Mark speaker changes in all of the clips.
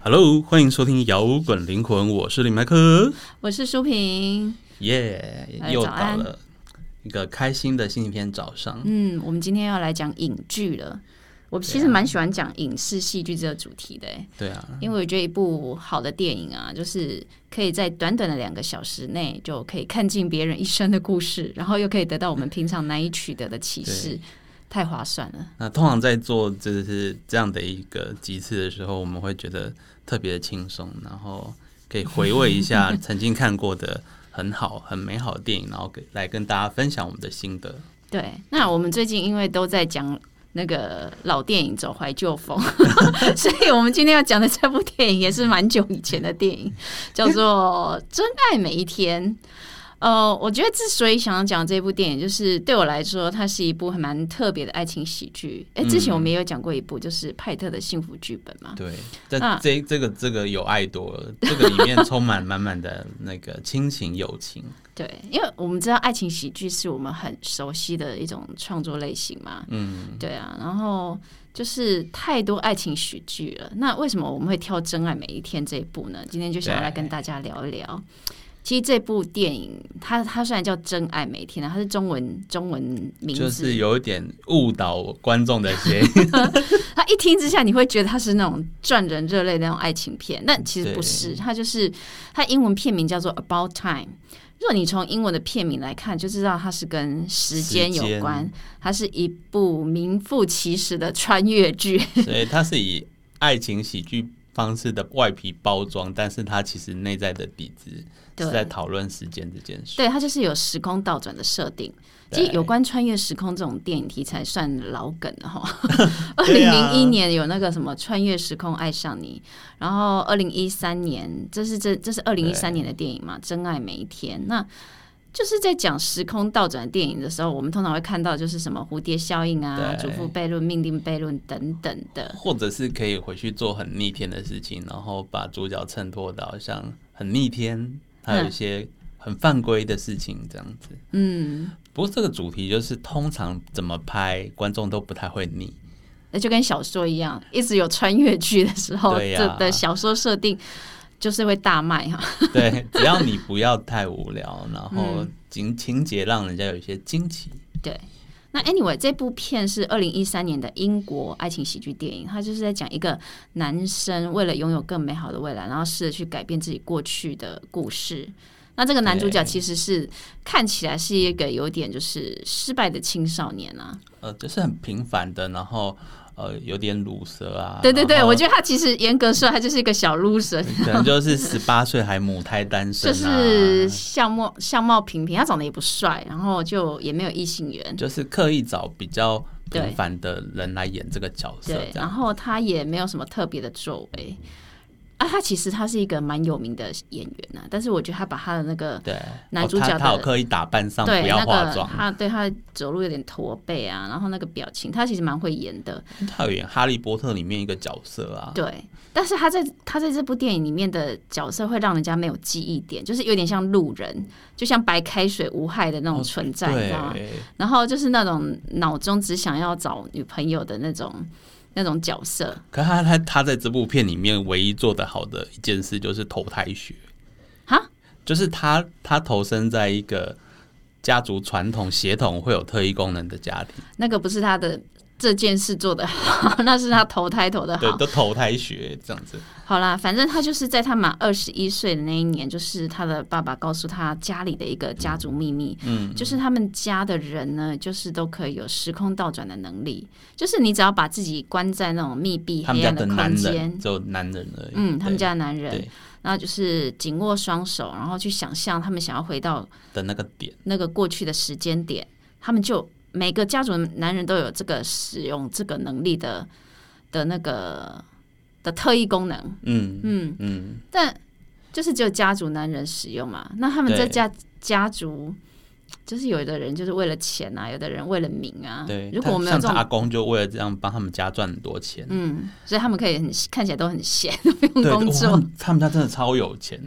Speaker 1: Hello，欢迎收听《摇滚灵魂》，我是李麦克，
Speaker 2: 我是舒平。
Speaker 1: 耶、
Speaker 2: 哎
Speaker 1: 又
Speaker 2: 早
Speaker 1: 到
Speaker 2: 安
Speaker 1: 了一个开心的星期天早上。
Speaker 2: 嗯，我们今天要来讲影剧了。我其实蛮喜欢讲影视戏剧这个主题的、欸，
Speaker 1: 对啊，
Speaker 2: 因为我觉得一部好的电影啊，就是可以在短短的两个小时内就可以看尽别人一生的故事，然后又可以得到我们平常难以取得的启示，太划算了。
Speaker 1: 那通常在做就是这样的一个集次的时候，我们会觉得特别的轻松，然后可以回味一下 曾经看过的很好、很美好的电影，然后给来跟大家分享我们的心得。
Speaker 2: 对，那我们最近因为都在讲那个老电影走怀旧风， 所以我们今天要讲的这部电影也是蛮久以前的电影，叫做《真爱每一天》。呃，我觉得之所以想要讲这部电影，就是对我来说，它是一部很蛮特别的爱情喜剧。哎、之前我们也有讲过一部，就是派特的幸福剧本嘛。
Speaker 1: 对，但
Speaker 2: 啊
Speaker 1: 这、这个这个有爱多了，这个里面充满满满的那个亲情友情。
Speaker 2: 对，因为我们知道爱情喜剧是我们很熟悉的一种创作类型嘛，
Speaker 1: 嗯，
Speaker 2: 对啊，然后就是太多爱情喜剧了。那为什么我们会挑《真爱每一天》这一部呢？今天就想要来跟大家聊一聊。其实这部电影，它它虽然叫《真爱每一天》啊，它是中文中文 名字，
Speaker 1: 就是有一点误导观众的嫌疑。
Speaker 2: 它一听之下你会觉得它是那种赚人热泪的那种爱情片，
Speaker 1: 嗯
Speaker 2: 但其实不是，它就是它英文片名叫做《About Time》。如果你从英文的片名来看，就知道它是跟时间
Speaker 1: 时间
Speaker 2: 有关，它是一部名副其实的穿越剧。
Speaker 1: 所以它是以爱情喜剧方式的外皮包装，但是它其实内在的底子
Speaker 2: 对
Speaker 1: 是在讨论时间这件事。
Speaker 2: 对，它就是有时空倒转的设定。
Speaker 1: 对
Speaker 2: 其实有关穿越时空这种电影题材算老梗了哈。二
Speaker 1: 对
Speaker 2: 零
Speaker 1: 啊
Speaker 2: 零一年有那个什么《穿越时空爱上你》，然后二零一三年，这是这这是二零一三年的电影嘛，《真爱每一天》那。就是在讲时空倒转电影的时候，我们通常会看到就是什么蝴蝶效应啊、
Speaker 1: 对
Speaker 2: 祖父悖论、命定悖论等等的。
Speaker 1: 或者是可以回去做很逆天的事情，然后把主角衬托到像很逆天，还有一些很犯规的事情这样子。
Speaker 2: 嗯，
Speaker 1: 不过这个主题就是通常怎么拍，观众都不太会腻。
Speaker 2: 那就跟小说一样，一直有穿越剧的时候，
Speaker 1: 对呀
Speaker 2: 这的小说设定就是会大卖哈。
Speaker 1: 对，只要你不要太无聊，然后
Speaker 2: 嗯
Speaker 1: 情情节让人家有一些惊奇。
Speaker 2: 对，那 anyway，这部片是二零一三年的英国爱情喜剧电影，它就是在讲一个男生为了拥有更美好的未来，然后试着去改变自己过去的故事。那这个男主角其实是看起来是一个有点就是失败的青少年啊，
Speaker 1: 呃，就是很平凡的，然后呃，有点乳蛇啊。
Speaker 2: 对对对，
Speaker 1: 然后
Speaker 2: 我觉得他其实严格说他就是一个小 loser，
Speaker 1: 可能就是十八岁还母胎单身、
Speaker 2: 就
Speaker 1: 啊，
Speaker 2: 是相貌相貌平平，他长得也不帅，然后就也没有异性缘，
Speaker 1: 就是刻意找比较
Speaker 2: 对
Speaker 1: 平凡的人来演这个角色，
Speaker 2: 对，
Speaker 1: 这
Speaker 2: 然
Speaker 1: 样
Speaker 2: 后他也没有什么特别的作为。啊，他其实他是一个蛮有名的演员呐、但是我觉得他把他的那个
Speaker 1: 对。
Speaker 2: 男主
Speaker 1: 哦
Speaker 2: 角
Speaker 1: 他
Speaker 2: 的
Speaker 1: 他有刻意打扮上，
Speaker 2: 对
Speaker 1: 不要
Speaker 2: 那
Speaker 1: 化
Speaker 2: 个
Speaker 1: 妆。
Speaker 2: 他对他走路有点驼背啊，然后那个表情，他其实蛮会演的。
Speaker 1: 他有演《哈利波特》里面一个角色啊，
Speaker 2: 对，但是他在他在这部电影里面的角色会让人家没有记忆点，就是有点像路人，就像白开水无害的那种存在，你知道吗？
Speaker 1: 哦对，
Speaker 2: 然后就是那种脑中只想要找女朋友的那种那种角色。
Speaker 1: 可他他他在这部片里面唯一做得好的一件事就是投胎学，
Speaker 2: 哈，
Speaker 1: 就是他他投身在一个家族传统血统会有特异功能的家庭，
Speaker 2: 那个不是他的这件事做得好， 那是他投胎投的
Speaker 1: 对，
Speaker 2: 好。
Speaker 1: 都投胎学这样子。
Speaker 2: 好啦，反正他就是在他满二十一岁的那一年，就是他的爸爸告诉他家里的一个家族秘密，嗯，就是他们家的人呢，就是都可以有时空倒转的能力，就是你只要把自己关在那种密闭
Speaker 1: 他们
Speaker 2: 黑
Speaker 1: 家
Speaker 2: 暗
Speaker 1: 的男
Speaker 2: 空间
Speaker 1: 人，只有男人而已。
Speaker 2: 嗯，他们
Speaker 1: 对
Speaker 2: 家的男人
Speaker 1: 对，
Speaker 2: 然后就是紧握双手，然后去想象他们想要回到
Speaker 1: 的那个点，
Speaker 2: 那个过去的时间点，他们就每个家族的男人都有这个使用这个能力的的那个的特异功能，
Speaker 1: 嗯
Speaker 2: 嗯，
Speaker 1: 嗯，
Speaker 2: 但就是只有家族男人使用嘛。那他们这
Speaker 1: 对
Speaker 2: 家家族，就是有的人就是为了钱啊，有的人为了名啊。
Speaker 1: 对。
Speaker 2: 如果我们有
Speaker 1: 像
Speaker 2: 这
Speaker 1: 他阿
Speaker 2: 种，
Speaker 1: 公就为了这样帮他们家赚很多钱，
Speaker 2: 嗯，所以他们可以很看起来都很闲， 不用
Speaker 1: 对，
Speaker 2: 工
Speaker 1: 哇他
Speaker 2: 作。
Speaker 1: 们他们家真的超有钱，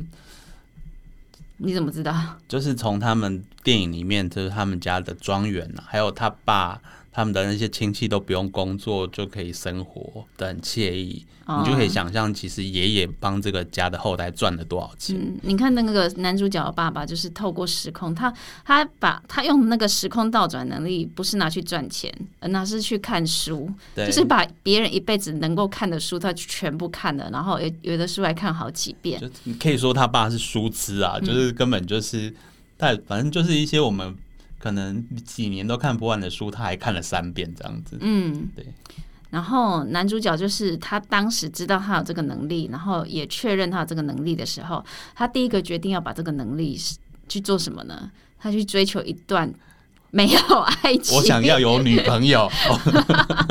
Speaker 2: 你怎么知道？
Speaker 1: 就是从他们电影里面，就是他们家的庄园啊，还有他爸他们的那些亲戚都不用工作就可以生活的很惬意，
Speaker 2: 哦
Speaker 1: 你就可以想象，其实爷爷帮这个家的后代赚了多少钱。
Speaker 2: 嗯，你看那个男主角的爸爸，就是透过时空，他他把他用那个时空倒转能力，不是拿去赚钱，而那是去看书，
Speaker 1: 对，
Speaker 2: 嗯就是把别人一辈子能够看的书，他全部看了，然后有有的书还看好几遍。
Speaker 1: 就你可以说他爸是书痴啊，
Speaker 2: 嗯
Speaker 1: 就是根本就是，但反正就是一些我们可能几年都看不完的书，他还看了三遍这样子。
Speaker 2: 嗯，
Speaker 1: 对。
Speaker 2: 然后呃男主角就是他当时知道他有这个能力，然后也确认他有这个能力的时候，他第一个决定要把这个能力是去做什么呢？他去追求一段没有爱情，
Speaker 1: 我想要有女朋友，哦、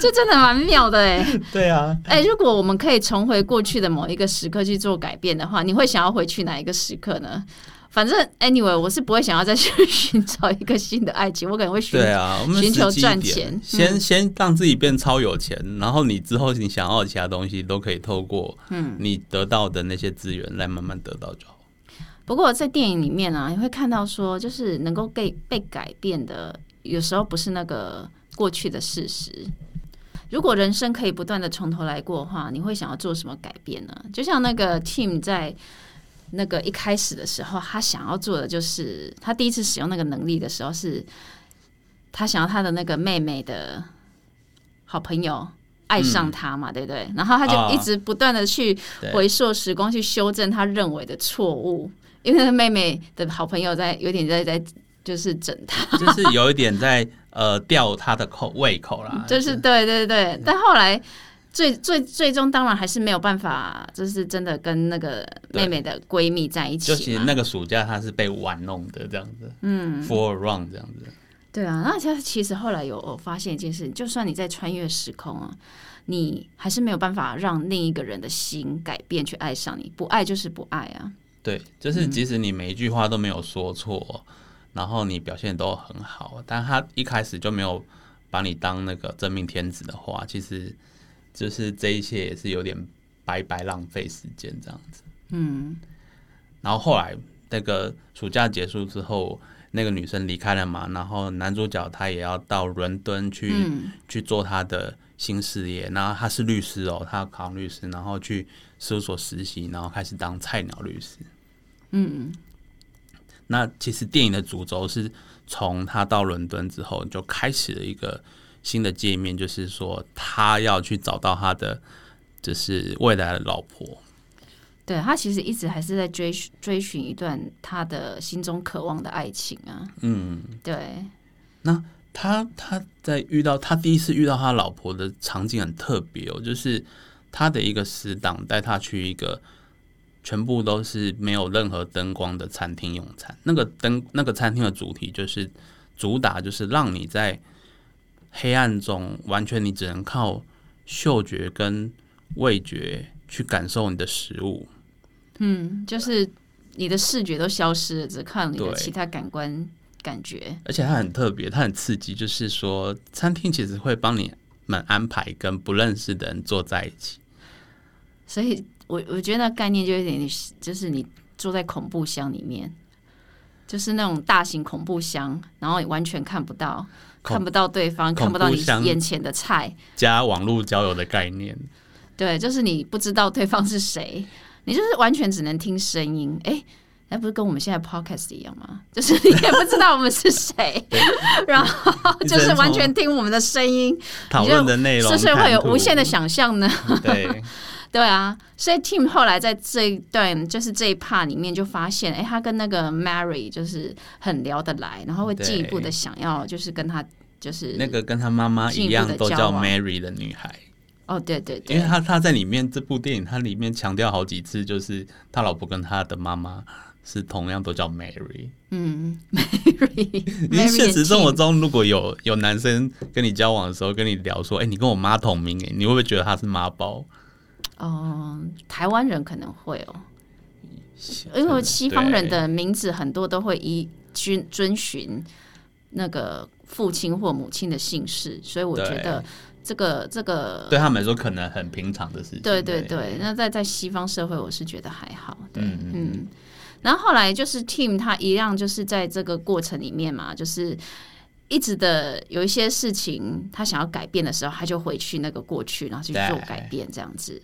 Speaker 2: 这真的蛮妙的哎、
Speaker 1: 对啊，
Speaker 2: 哎、如果我们可以重回过去的某一个时刻去做改变的话，你会想要回去哪一个时刻呢？反正 anyway，我是不会想要再去 寻找一个新的爱情，我可能会寻
Speaker 1: 对啊，我们
Speaker 2: 寻求
Speaker 1: 实际一
Speaker 2: 赚
Speaker 1: 点
Speaker 2: 钱嗯
Speaker 1: 先先让自己变超有钱，然后你之后你想要的其他东西都可以透过
Speaker 2: 嗯
Speaker 1: 你得到的那些资源来慢慢得到就好。
Speaker 2: 不过在电影里面啊，你会看到说，就是能够被被改变的，有时候不是那个过去的事实。如果人生可以不断的从头来过的话，你会想要做什么改变呢？就像那个 Tim 在那个一开始的时候，他想要做的就是他第一次使用那个能力的时候是，他想要他的那个妹妹的好朋友爱上他嘛，对不对？然后他
Speaker 1: 啊
Speaker 2: 就一直不断的去
Speaker 1: 对
Speaker 2: 回溯时光去修正他认为的错误，因为那个妹妹的好朋友在有点在在就是整他，
Speaker 1: 就是有一点在呃吊他的口胃口啦，
Speaker 2: 嗯
Speaker 1: 嗯
Speaker 2: 就是对对对，但后来。最最最终当然还是没有办法，就是真的跟那个
Speaker 1: 对
Speaker 2: 妹妹的闺蜜在一起
Speaker 1: 就
Speaker 2: 嘛。
Speaker 1: 其实那个暑假他是被玩弄的这样子，嗯，for around 这样子，
Speaker 2: 对啊，那其实其实后来有我发现一件事情，就算你在穿越时空啊，你还是没有办法让另一个人的心改变去爱上你，不爱就是不爱啊。
Speaker 1: 对，就是即使你每一句话都没有说错，然后你表现都很好，但他一开始就没有把你当那个真命天子的话，其实就是这一切也是有点白白浪费时间这样子。
Speaker 2: 嗯，
Speaker 1: 然后后来那个暑假结束之后，那个女生离开了嘛，然后男主角他也要到伦敦去、
Speaker 2: 嗯
Speaker 1: 去做他的新事业。然后他是律师哦，他考律师，然后去事务所实习，然后开始当菜鸟律师。
Speaker 2: 嗯
Speaker 1: 那其实电影的主轴是从他到伦敦之后就开始了一个新的界面，就是说他要去找到他的就是未来的老婆。
Speaker 2: 对他其实一直还是在追寻追寻一段他的心中渴望的爱情啊。
Speaker 1: 嗯，
Speaker 2: 对，
Speaker 1: 他他在遇到他第一次遇到他老婆的场景很特别哦，就是他的一个死党带他去一个全部都是没有任何灯光的餐厅用餐。那个灯那个餐厅的主题就是主打就是让你在黑暗中完全你只能靠嗅觉跟味觉去感受你的食物。
Speaker 2: 嗯，就是你的视觉都消失了，只靠你的
Speaker 1: 对
Speaker 2: 其他感官感觉。
Speaker 1: 而且它很特别，它很刺激，就是说餐厅其实会帮你们安排跟不认识的人坐在一起。
Speaker 2: 所以我我觉得那概念就有点，就是你坐在恐怖箱里面，就是那种大型恐怖箱，然后你完全看不到，
Speaker 1: 恐
Speaker 2: 看不到对方，
Speaker 1: 恐
Speaker 2: 看
Speaker 1: 怖
Speaker 2: 不到你
Speaker 1: 箱
Speaker 2: 眼前的菜，
Speaker 1: 加网络交友的概念。
Speaker 2: 对，就是你不知道对方是谁，你就是完全只能听声音，哎、那不是跟我们现在 podcast 一样吗？就是你也不知道我们是 谁，然后就是完全听我们的声音，
Speaker 1: 讨论的内容，
Speaker 2: 是不是会有
Speaker 1: 谈吐
Speaker 2: 无限的想象呢？
Speaker 1: 对，
Speaker 2: 对啊，所以 Tim 后来在这一段就是这一 part 里面就发现，哎、他跟那个 Mary 就是很聊得来，然后会进一步的
Speaker 1: 对
Speaker 2: 想要就是跟他就是
Speaker 1: 那个跟她妈妈一
Speaker 2: 进
Speaker 1: 样
Speaker 2: 一步
Speaker 1: 都
Speaker 2: 地交
Speaker 1: 叫
Speaker 2: 往
Speaker 1: Mary 的女孩，
Speaker 2: 哦，对对
Speaker 1: 因为
Speaker 2: 对，
Speaker 1: 她她在里面这部电影，它里面强调好几次，就是她老婆跟她的妈妈是同样都叫 Mary。
Speaker 2: 嗯，Mary，
Speaker 1: 因为
Speaker 2: Mary
Speaker 1: 现实
Speaker 2: and
Speaker 1: 生活
Speaker 2: Tim
Speaker 1: 中，如果有有男生跟你交往的时候跟你聊说，哎、你跟我妈同名，哎，你会不会觉得她是妈宝？
Speaker 2: 哦，台湾人可能会哦，因为西方人的名字很多都会依遵遵循那个父亲或母亲的姓氏，所以我觉
Speaker 1: 对
Speaker 2: 得这个这个
Speaker 1: 对对他们来说可能很平常的事情。
Speaker 2: 对对对，那在在西方社会，我是觉得还好。对，
Speaker 1: 嗯
Speaker 2: 嗯。然后后来就是 Tim 他一样，就是在这个过程里面嘛，就是一直的有一些事情，他想要改变的时候，他就回去那个过去，然后去做
Speaker 1: 对
Speaker 2: 改变，这样子。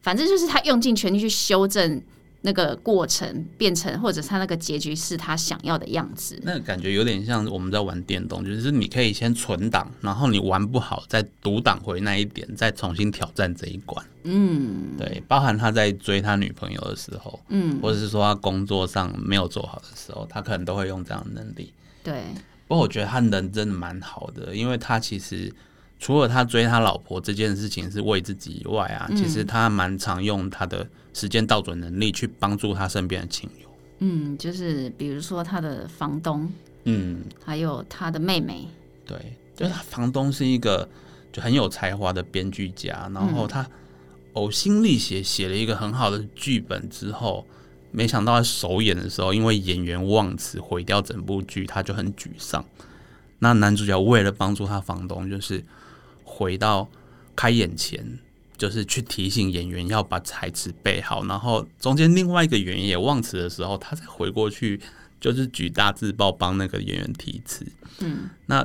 Speaker 2: 反正就是他用尽全力去修正那个过程，变成或者他那个结局是他想要的样子。
Speaker 1: 那感觉有点像我们在玩电动，就是你可以先存档，然后你玩不好再读档回那一点，再重新挑战这一关。嗯，对，包含他在追他女朋友的时候，嗯，或者是说他工作上没有做好的时候，他可能都会用这样的能力。
Speaker 2: 对，
Speaker 1: 不过我觉得他人真的蛮好的，因为他其实除了他追他老婆这件事情是为自己以外啊，其实他蛮常用他的时间倒转能力去帮助他身边的亲友。
Speaker 2: 嗯，就是比如说他的房东，
Speaker 1: 嗯，
Speaker 2: 还有他的妹妹，
Speaker 1: 对，就是他房东是一个就很有才华的编剧家，然后他呕心沥血写了一个很好的剧本之后，没想到他首演的时候，因为演员忘词毁掉整部剧，他就很沮丧。那男主角为了帮助他房东，就是回到开演前。就是去提醒演员要把台词背好，然后中间另外一个演员也忘词的时候，他再回过去，就是举大字报帮那个演员提词。嗯，那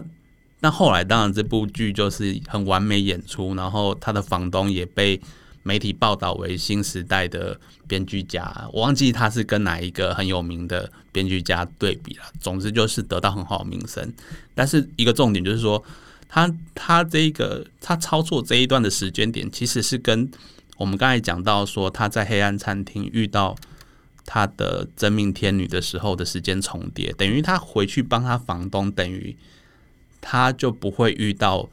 Speaker 1: 那后来当然这部剧就是很完美演出，然后他的房东也被媒体报道为新时代的编剧家，我忘记他是跟哪一个很有名的编剧家对比了。总之就是得到很好的名声，但是一个重点就是说，他他这个他操作这一段的时间点，其实是跟我们刚才讲到说他在黑暗餐厅遇到。他的真命天女的时候的时间重叠，等于他回去帮他房东，等于他就不会遇到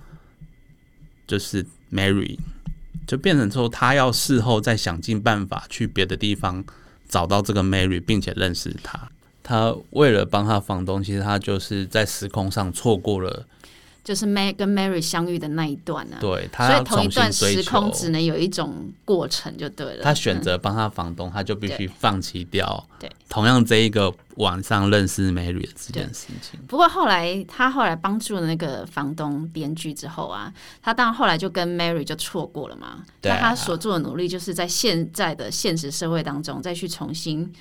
Speaker 1: 就是 Mary，就变成说他要事后再想尽办法去别的地方找到这个 Mary，并且认识她。他为了帮他房东，其实他就是在时空上错过了，
Speaker 2: 就是 May 跟 Mary 相遇的那一段啊。
Speaker 1: 对他
Speaker 2: 所
Speaker 1: 要
Speaker 2: 以同一
Speaker 1: 重
Speaker 2: 段
Speaker 1: 新
Speaker 2: 时
Speaker 1: 追
Speaker 2: 空
Speaker 1: 求。
Speaker 2: 只能有一种过程就对了。嗯
Speaker 1: 他选择帮他房东，他就必须放弃掉
Speaker 2: 对
Speaker 1: 同样这一个晚上认识 Mary 的这件事情。
Speaker 2: 不过后来他后来帮助了那个房东编剧之后啊，他当然后来就跟 Mary 就错过了嘛。
Speaker 1: 对啊
Speaker 2: 那他所做的努力就是在现在的现实社会当中再去重新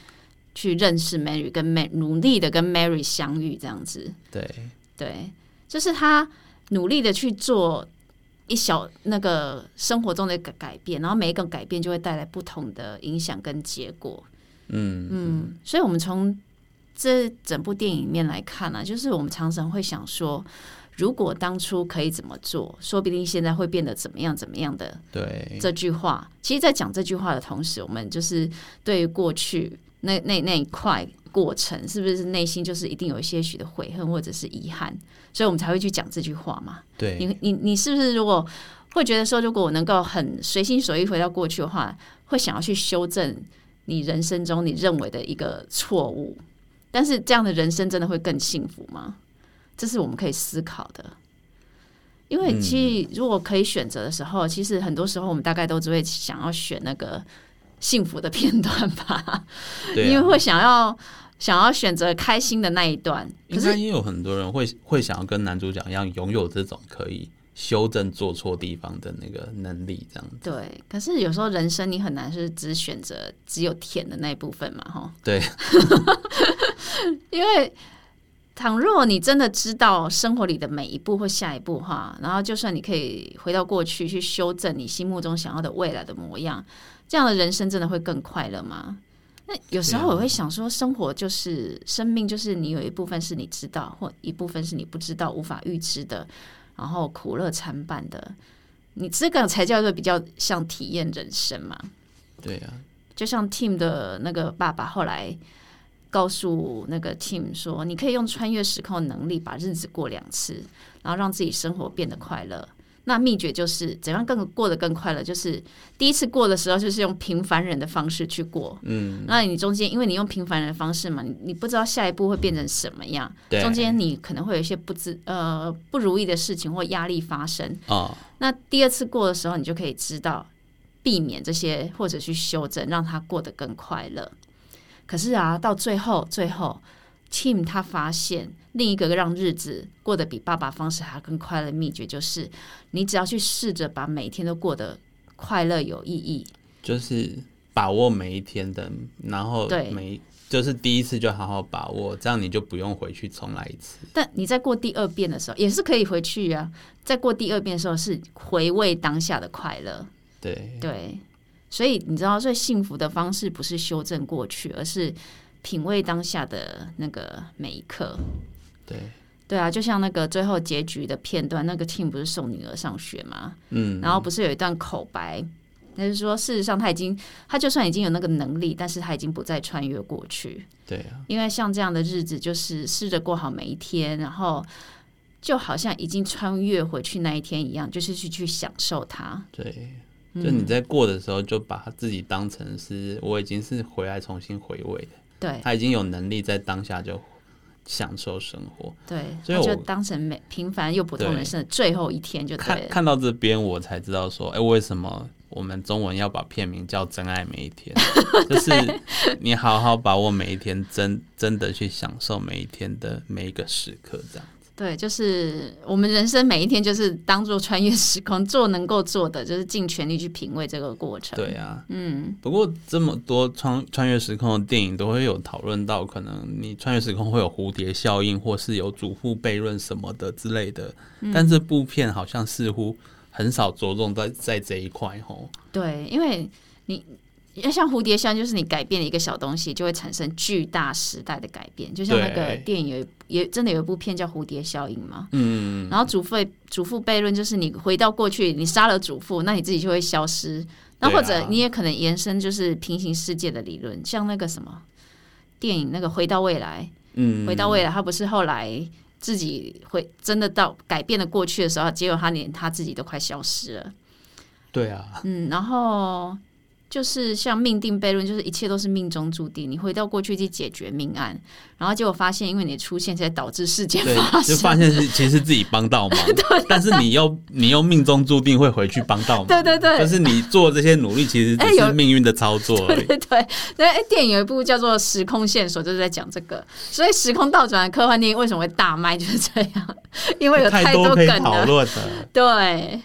Speaker 2: 去认识 Mary，跟 Mary 努力的跟 Mary 相遇这样子。
Speaker 1: 对，
Speaker 2: 对，就是他努力的去做一小那个生活中的改改变，然后每一个改变就会带来不同的影响跟结果。
Speaker 1: 嗯
Speaker 2: 嗯，所以我们从这整部电影里面来看呢、啊，就是我们常常会想说，如果当初可以怎么做，说不定现在会变得怎么样怎么样的
Speaker 1: 对，
Speaker 2: 这句话。其实，在讲这句话的同时，我们就是对于过去那那那一块过程，是不是内心就是一定有一些许的悔恨或者是遗憾，所以我们才会去讲这句话嘛？
Speaker 1: 对，
Speaker 2: 你你你是不是如果会觉得说，如果我能够很随心所欲回到过去的话，会想要去修正你人生中你认为的一个错误？但是这样的人生真的会更幸福吗？这是我们可以思考的。
Speaker 1: 嗯
Speaker 2: 因为其实如果可以选择的时候，其实很多时候我们大概都只会想要选那个幸福的片段吧，
Speaker 1: 对啊
Speaker 2: 因为会想要想要选择开心的那一段。可
Speaker 1: 应
Speaker 2: 是
Speaker 1: 该也有很多人会会想要跟男主角一样拥有这种可以修正做错地方的那个能力，这样
Speaker 2: 对，可是有时候人生你很难是只选择只有甜的那一部分嘛，哈。
Speaker 1: 对，
Speaker 2: 因为倘若你真的知道生活里的每一步或下一步哈，然后就算你可以回到过去去修正你心目中想要的未来的模样，这样的人生真的会更快乐吗？那有时候我会想说，生活就是生命，就是你有一部分是你知道，或一部分是你不知道、无法预知的，然后苦乐参半的。你这个才叫做比较像体验人生嘛。
Speaker 1: 对啊，
Speaker 2: 就像 Tim 的那个爸爸后来告诉那个 Tim 说，你可以用穿越时空的能力把日子过两次，然后让自己生活变得快乐。那秘诀就是怎样更过得更快乐，就是第一次过的时候，就是用平凡人的方式去过。嗯，那你中间因为你用平凡人的方式嘛，你你不知道下一步会变成什么样，
Speaker 1: 对啊
Speaker 2: 中间你可能会有一些不知呃不如意的事情或压力发生。
Speaker 1: 啊、
Speaker 2: 那第二次过的时候，你就可以知道避免这些，或者去修正，让他过得更快乐。可是啊，到最后，最后，Tim 他发现另一个让日子过得比爸爸方式还更快乐的秘诀，就是你只要去试着把每天都过得快乐有意义。
Speaker 1: 就是把握每一天的，然后
Speaker 2: 对
Speaker 1: 每就是第一次就好好把握，这样你就不用回去重来一次。
Speaker 2: 但你在过第二遍的时候，也是可以回去啊。在过第二遍的时候，是回味当下的快乐。
Speaker 1: 对，
Speaker 2: 对，所以你知道，最幸福的方式不是修正过去，而是品味当下的那个每一刻。
Speaker 1: 对，
Speaker 2: 对啊，就像那个最后结局的片段，那个 Tim 不是送女儿上学吗？
Speaker 1: 嗯，
Speaker 2: 然后不是有一段口白，那就是说，事实上他已经，他就算已经有那个能力，但是他已经不再穿越过去。
Speaker 1: 对啊，
Speaker 2: 因为像这样的日子，就是试着过好每一天，然后就好像已经穿越回去那一天一样，就是去去享受它。
Speaker 1: 对。
Speaker 2: 嗯
Speaker 1: 就你在过的时候，就把自己当成是我已经是回来重新回味的，
Speaker 2: 对
Speaker 1: 他已经有能力在当下就享受生活。
Speaker 2: 对，
Speaker 1: 所以
Speaker 2: 它
Speaker 1: 我
Speaker 2: 就当成每平凡又普通人生的最后一天就对
Speaker 1: 看
Speaker 2: 了。
Speaker 1: 看到这边，我才知道说，哎、为什么我们中文要把片名叫《真爱每一天》？ 就是你好好把握每一天，真真的去享受每一天的每一个时刻，这样。
Speaker 2: 对，就是我们人生每一天，就是当做穿越时空，做能够做的，就是尽全力去品味这个过程。
Speaker 1: 对啊，嗯。不过这么多穿穿越时空的电影都会有讨论到，可能你穿越时空会有蝴蝶效应，或是有祖父悖论什么的之类的。
Speaker 2: 嗯
Speaker 1: 但这部片好像似乎很少着重在在这一块吼。
Speaker 2: 对，因为你像蝴蝶效应，就是你改变了一个小东西，就会产生巨大时代的改变。就像那个
Speaker 1: 对
Speaker 2: 电影有一也真的有一部片叫《蝴蝶效应》嘛，
Speaker 1: 嗯，
Speaker 2: 然后祖父祖父悖论就是你回到过去，你杀了祖父，那你自己就会消失。那
Speaker 1: 对啊
Speaker 2: 或者你也可能延伸就是平行世界的理论，像那个什么电影那个《回到未来》，
Speaker 1: 嗯，
Speaker 2: 回到未来，他不是后来。自己会真的到改变了过去的时候，结果他连他自己都快消失了。
Speaker 1: 对啊，
Speaker 2: 嗯，然后就是像命定悖论，就是一切都是命中注定。你回到过去去解决命案，然后结果发现，因为你的出现才导致事件发
Speaker 1: 对，就
Speaker 2: 生。啊
Speaker 1: 发现是其实自己帮倒忙， 但是你又你又命中注定会回去帮倒忙，
Speaker 2: 对对对
Speaker 1: 就是你做这些努力其实只
Speaker 2: 哎
Speaker 1: 是
Speaker 2: 有
Speaker 1: 命运的操作而
Speaker 2: 对
Speaker 1: 已。
Speaker 2: 对对，那哎电影有一部叫做《时空线索》，就是在讲这个。所以时空倒转的科幻电影为什么会大卖，就是这样，因为有
Speaker 1: 太
Speaker 2: 多
Speaker 1: 可以
Speaker 2: 梗啊
Speaker 1: 讨
Speaker 2: 了。
Speaker 1: 论的，
Speaker 2: 对，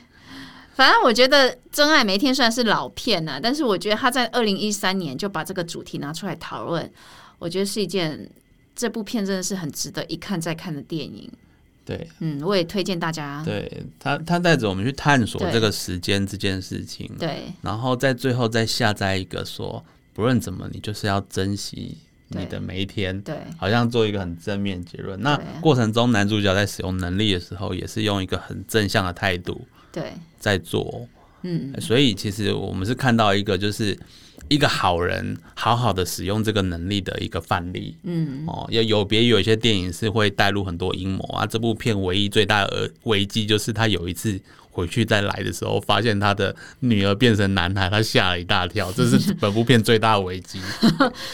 Speaker 2: 反正我觉得《真爱每一天》虽然是老片呐、但是我觉得他在二零一三年就把这个主题拿出来讨论，我觉得是一件这部片真的是很值得一看再看的电影。
Speaker 1: 对
Speaker 2: 嗯，我也推荐大家。
Speaker 1: 对，他他带着我们去探索
Speaker 2: 对
Speaker 1: 这个时间这件事情，
Speaker 2: 对
Speaker 1: 然后在最后再下载一个说，不论怎么你就是要珍惜你
Speaker 2: 对
Speaker 1: 的每一天。
Speaker 2: 对
Speaker 1: 好像做一个很正面结论。那
Speaker 2: 对啊
Speaker 1: 过程中，男主角在使用能力的时候，也是用一个很正向的态度
Speaker 2: 对，
Speaker 1: 在做。
Speaker 2: 嗯，
Speaker 1: 所以其实我们是看到一个就是一个好人好好的使用这个能力的一个范例。
Speaker 2: 嗯，
Speaker 1: 哦，也有别于有一些电影是会带入很多阴谋啊。这部片唯一最大的危机就是他有一次回去再来的时候，发现他的女儿变成男孩，他吓了一大跳，这 是本部片最大的危机。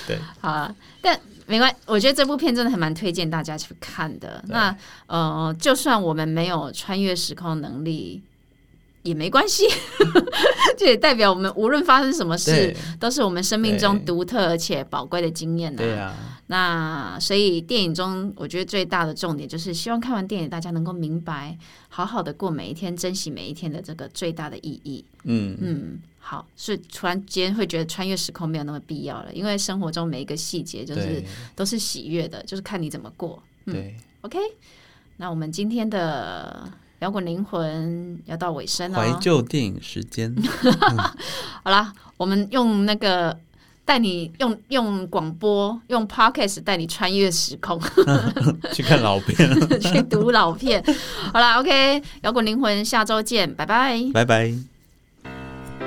Speaker 1: 对，
Speaker 2: 好啊，但没关我觉得这部片真的还蛮推荐大家去看的。那呃，就算我们没有穿越时空能力。也没关系， 这也代表我们无论发生什么事，都是我们生命中
Speaker 1: 对
Speaker 2: 独特而且宝贵的经验、
Speaker 1: 对、啊，
Speaker 2: 那所以电影中，我觉得最大的重点就是希望看完电影大家能够明白，好好的过每一天，珍惜每一天的这个最大的意义。
Speaker 1: 嗯，
Speaker 2: 嗯，好，所以突然间会觉得穿越时空没有那么必要了，因为生活中每一个细节就是嗯
Speaker 1: 对啊
Speaker 2: 都是喜悦的，就是看你怎么过。
Speaker 1: 对，
Speaker 2: OK，那我们今天的摇滚灵魂要到尾声了、哦
Speaker 1: 怀旧电影时间，
Speaker 2: 好啦，我们用那个带你用用广播用 podcast 带你穿越时空
Speaker 1: 去看老 片了，
Speaker 2: 去读老片。好啦 o k 摇滚灵魂下周见，拜拜。
Speaker 1: 拜拜。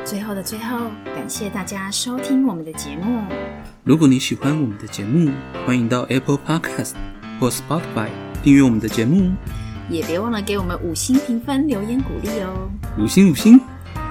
Speaker 3: 最后的最后，感谢大家收听我们的节目。
Speaker 4: 如果你喜欢我们的节目，欢迎到 Apple Podcast 或 Spotify 订阅我们的节目，
Speaker 3: 也别忘了给我们五星评分、留言鼓励哦。
Speaker 4: 五星五星。